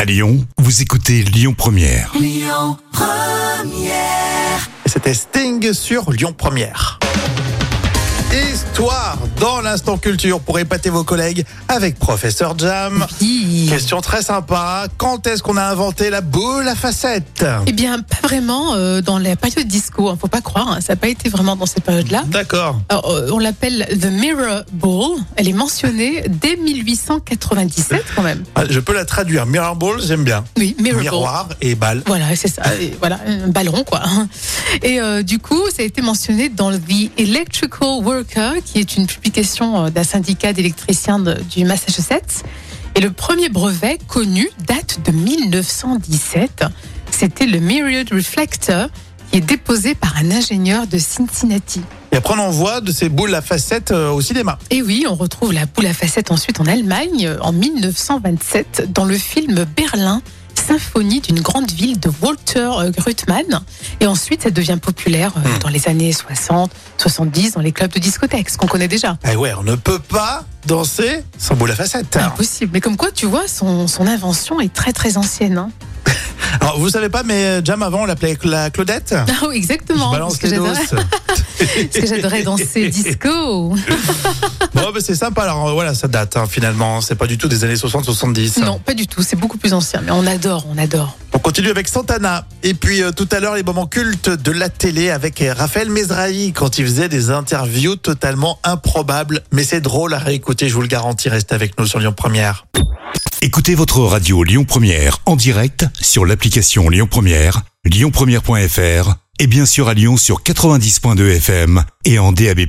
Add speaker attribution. Speaker 1: À Lyon, vous écoutez Lyon Première.
Speaker 2: Et C'était Sting sur Lyon Première. Histoire dans l'instant culture pour épater vos collègues avec Professeur Jam. Question très sympa. Quand est-ce qu'on a inventé la boule à facettes
Speaker 3: Eh bien, pas vraiment euh, dans la période disco, hein, faut pas croire, hein, ça n'a pas été vraiment dans cette période-là.
Speaker 2: D'accord.
Speaker 3: Alors, euh, on l'appelle The Mirror Ball, elle est mentionnée dès 1897 quand même.
Speaker 2: Ah, Je peux la traduire. Mirror ball, j'aime bien.
Speaker 3: Oui, Mirror Ball.
Speaker 2: Miroir et balle.
Speaker 3: Voilà, c'est ça, et voilà, un ballon quoi. Et euh, du coup, ça a été mentionné dans The Electrical Worker, qui est une publication euh, d'un syndicat d'électriciens de- du Massachusetts. Et le premier brevet connu date de 1917. C'était le Myriad Reflector, qui est déposé par un ingénieur de Cincinnati.
Speaker 2: Et après, on envoie de ces boules à facettes euh, au cinéma.
Speaker 3: Et oui, on retrouve la boule à facettes ensuite en Allemagne euh, en 1927 dans le film Berlin, symphonie d'une grande ville de Walter euh, Grüttmann. Et ensuite, ça devient populaire euh, dans les années 60, 70 dans les clubs de discothèques, ce qu'on connaît déjà.
Speaker 2: Eh ouais, on ne peut pas danser sans boule à facettes.
Speaker 3: Impossible. Mais comme quoi, tu vois, son, son invention est très très ancienne. hein.
Speaker 2: Alors, vous savez pas, mais euh, Jam, avant, on l'appelait la Claudette.
Speaker 3: Ah oui, exactement.
Speaker 2: Je balance
Speaker 3: Parce que
Speaker 2: les
Speaker 3: j'adorais-
Speaker 2: doses.
Speaker 3: parce que j'adorais danser disco.
Speaker 2: Bon, bah, c'est sympa. Alors, euh, voilà, ça date, hein, finalement. C'est pas du tout des années 60-70.
Speaker 3: Non, pas du tout. C'est beaucoup plus ancien. Mais on adore, on adore.
Speaker 2: On continue avec Santana. Et puis, euh, tout à l'heure, les moments cultes de la télé avec euh, Raphaël Mesrahi quand il faisait des interviews totalement improbables. Mais c'est drôle à réécouter, je vous le garantis. Restez avec nous sur Lyon Première.
Speaker 1: Écoutez votre radio Lyon Première en direct sur l'application Lyon Première, lyonpremière.fr et bien sûr à Lyon sur 90.2 FM et en DAB+.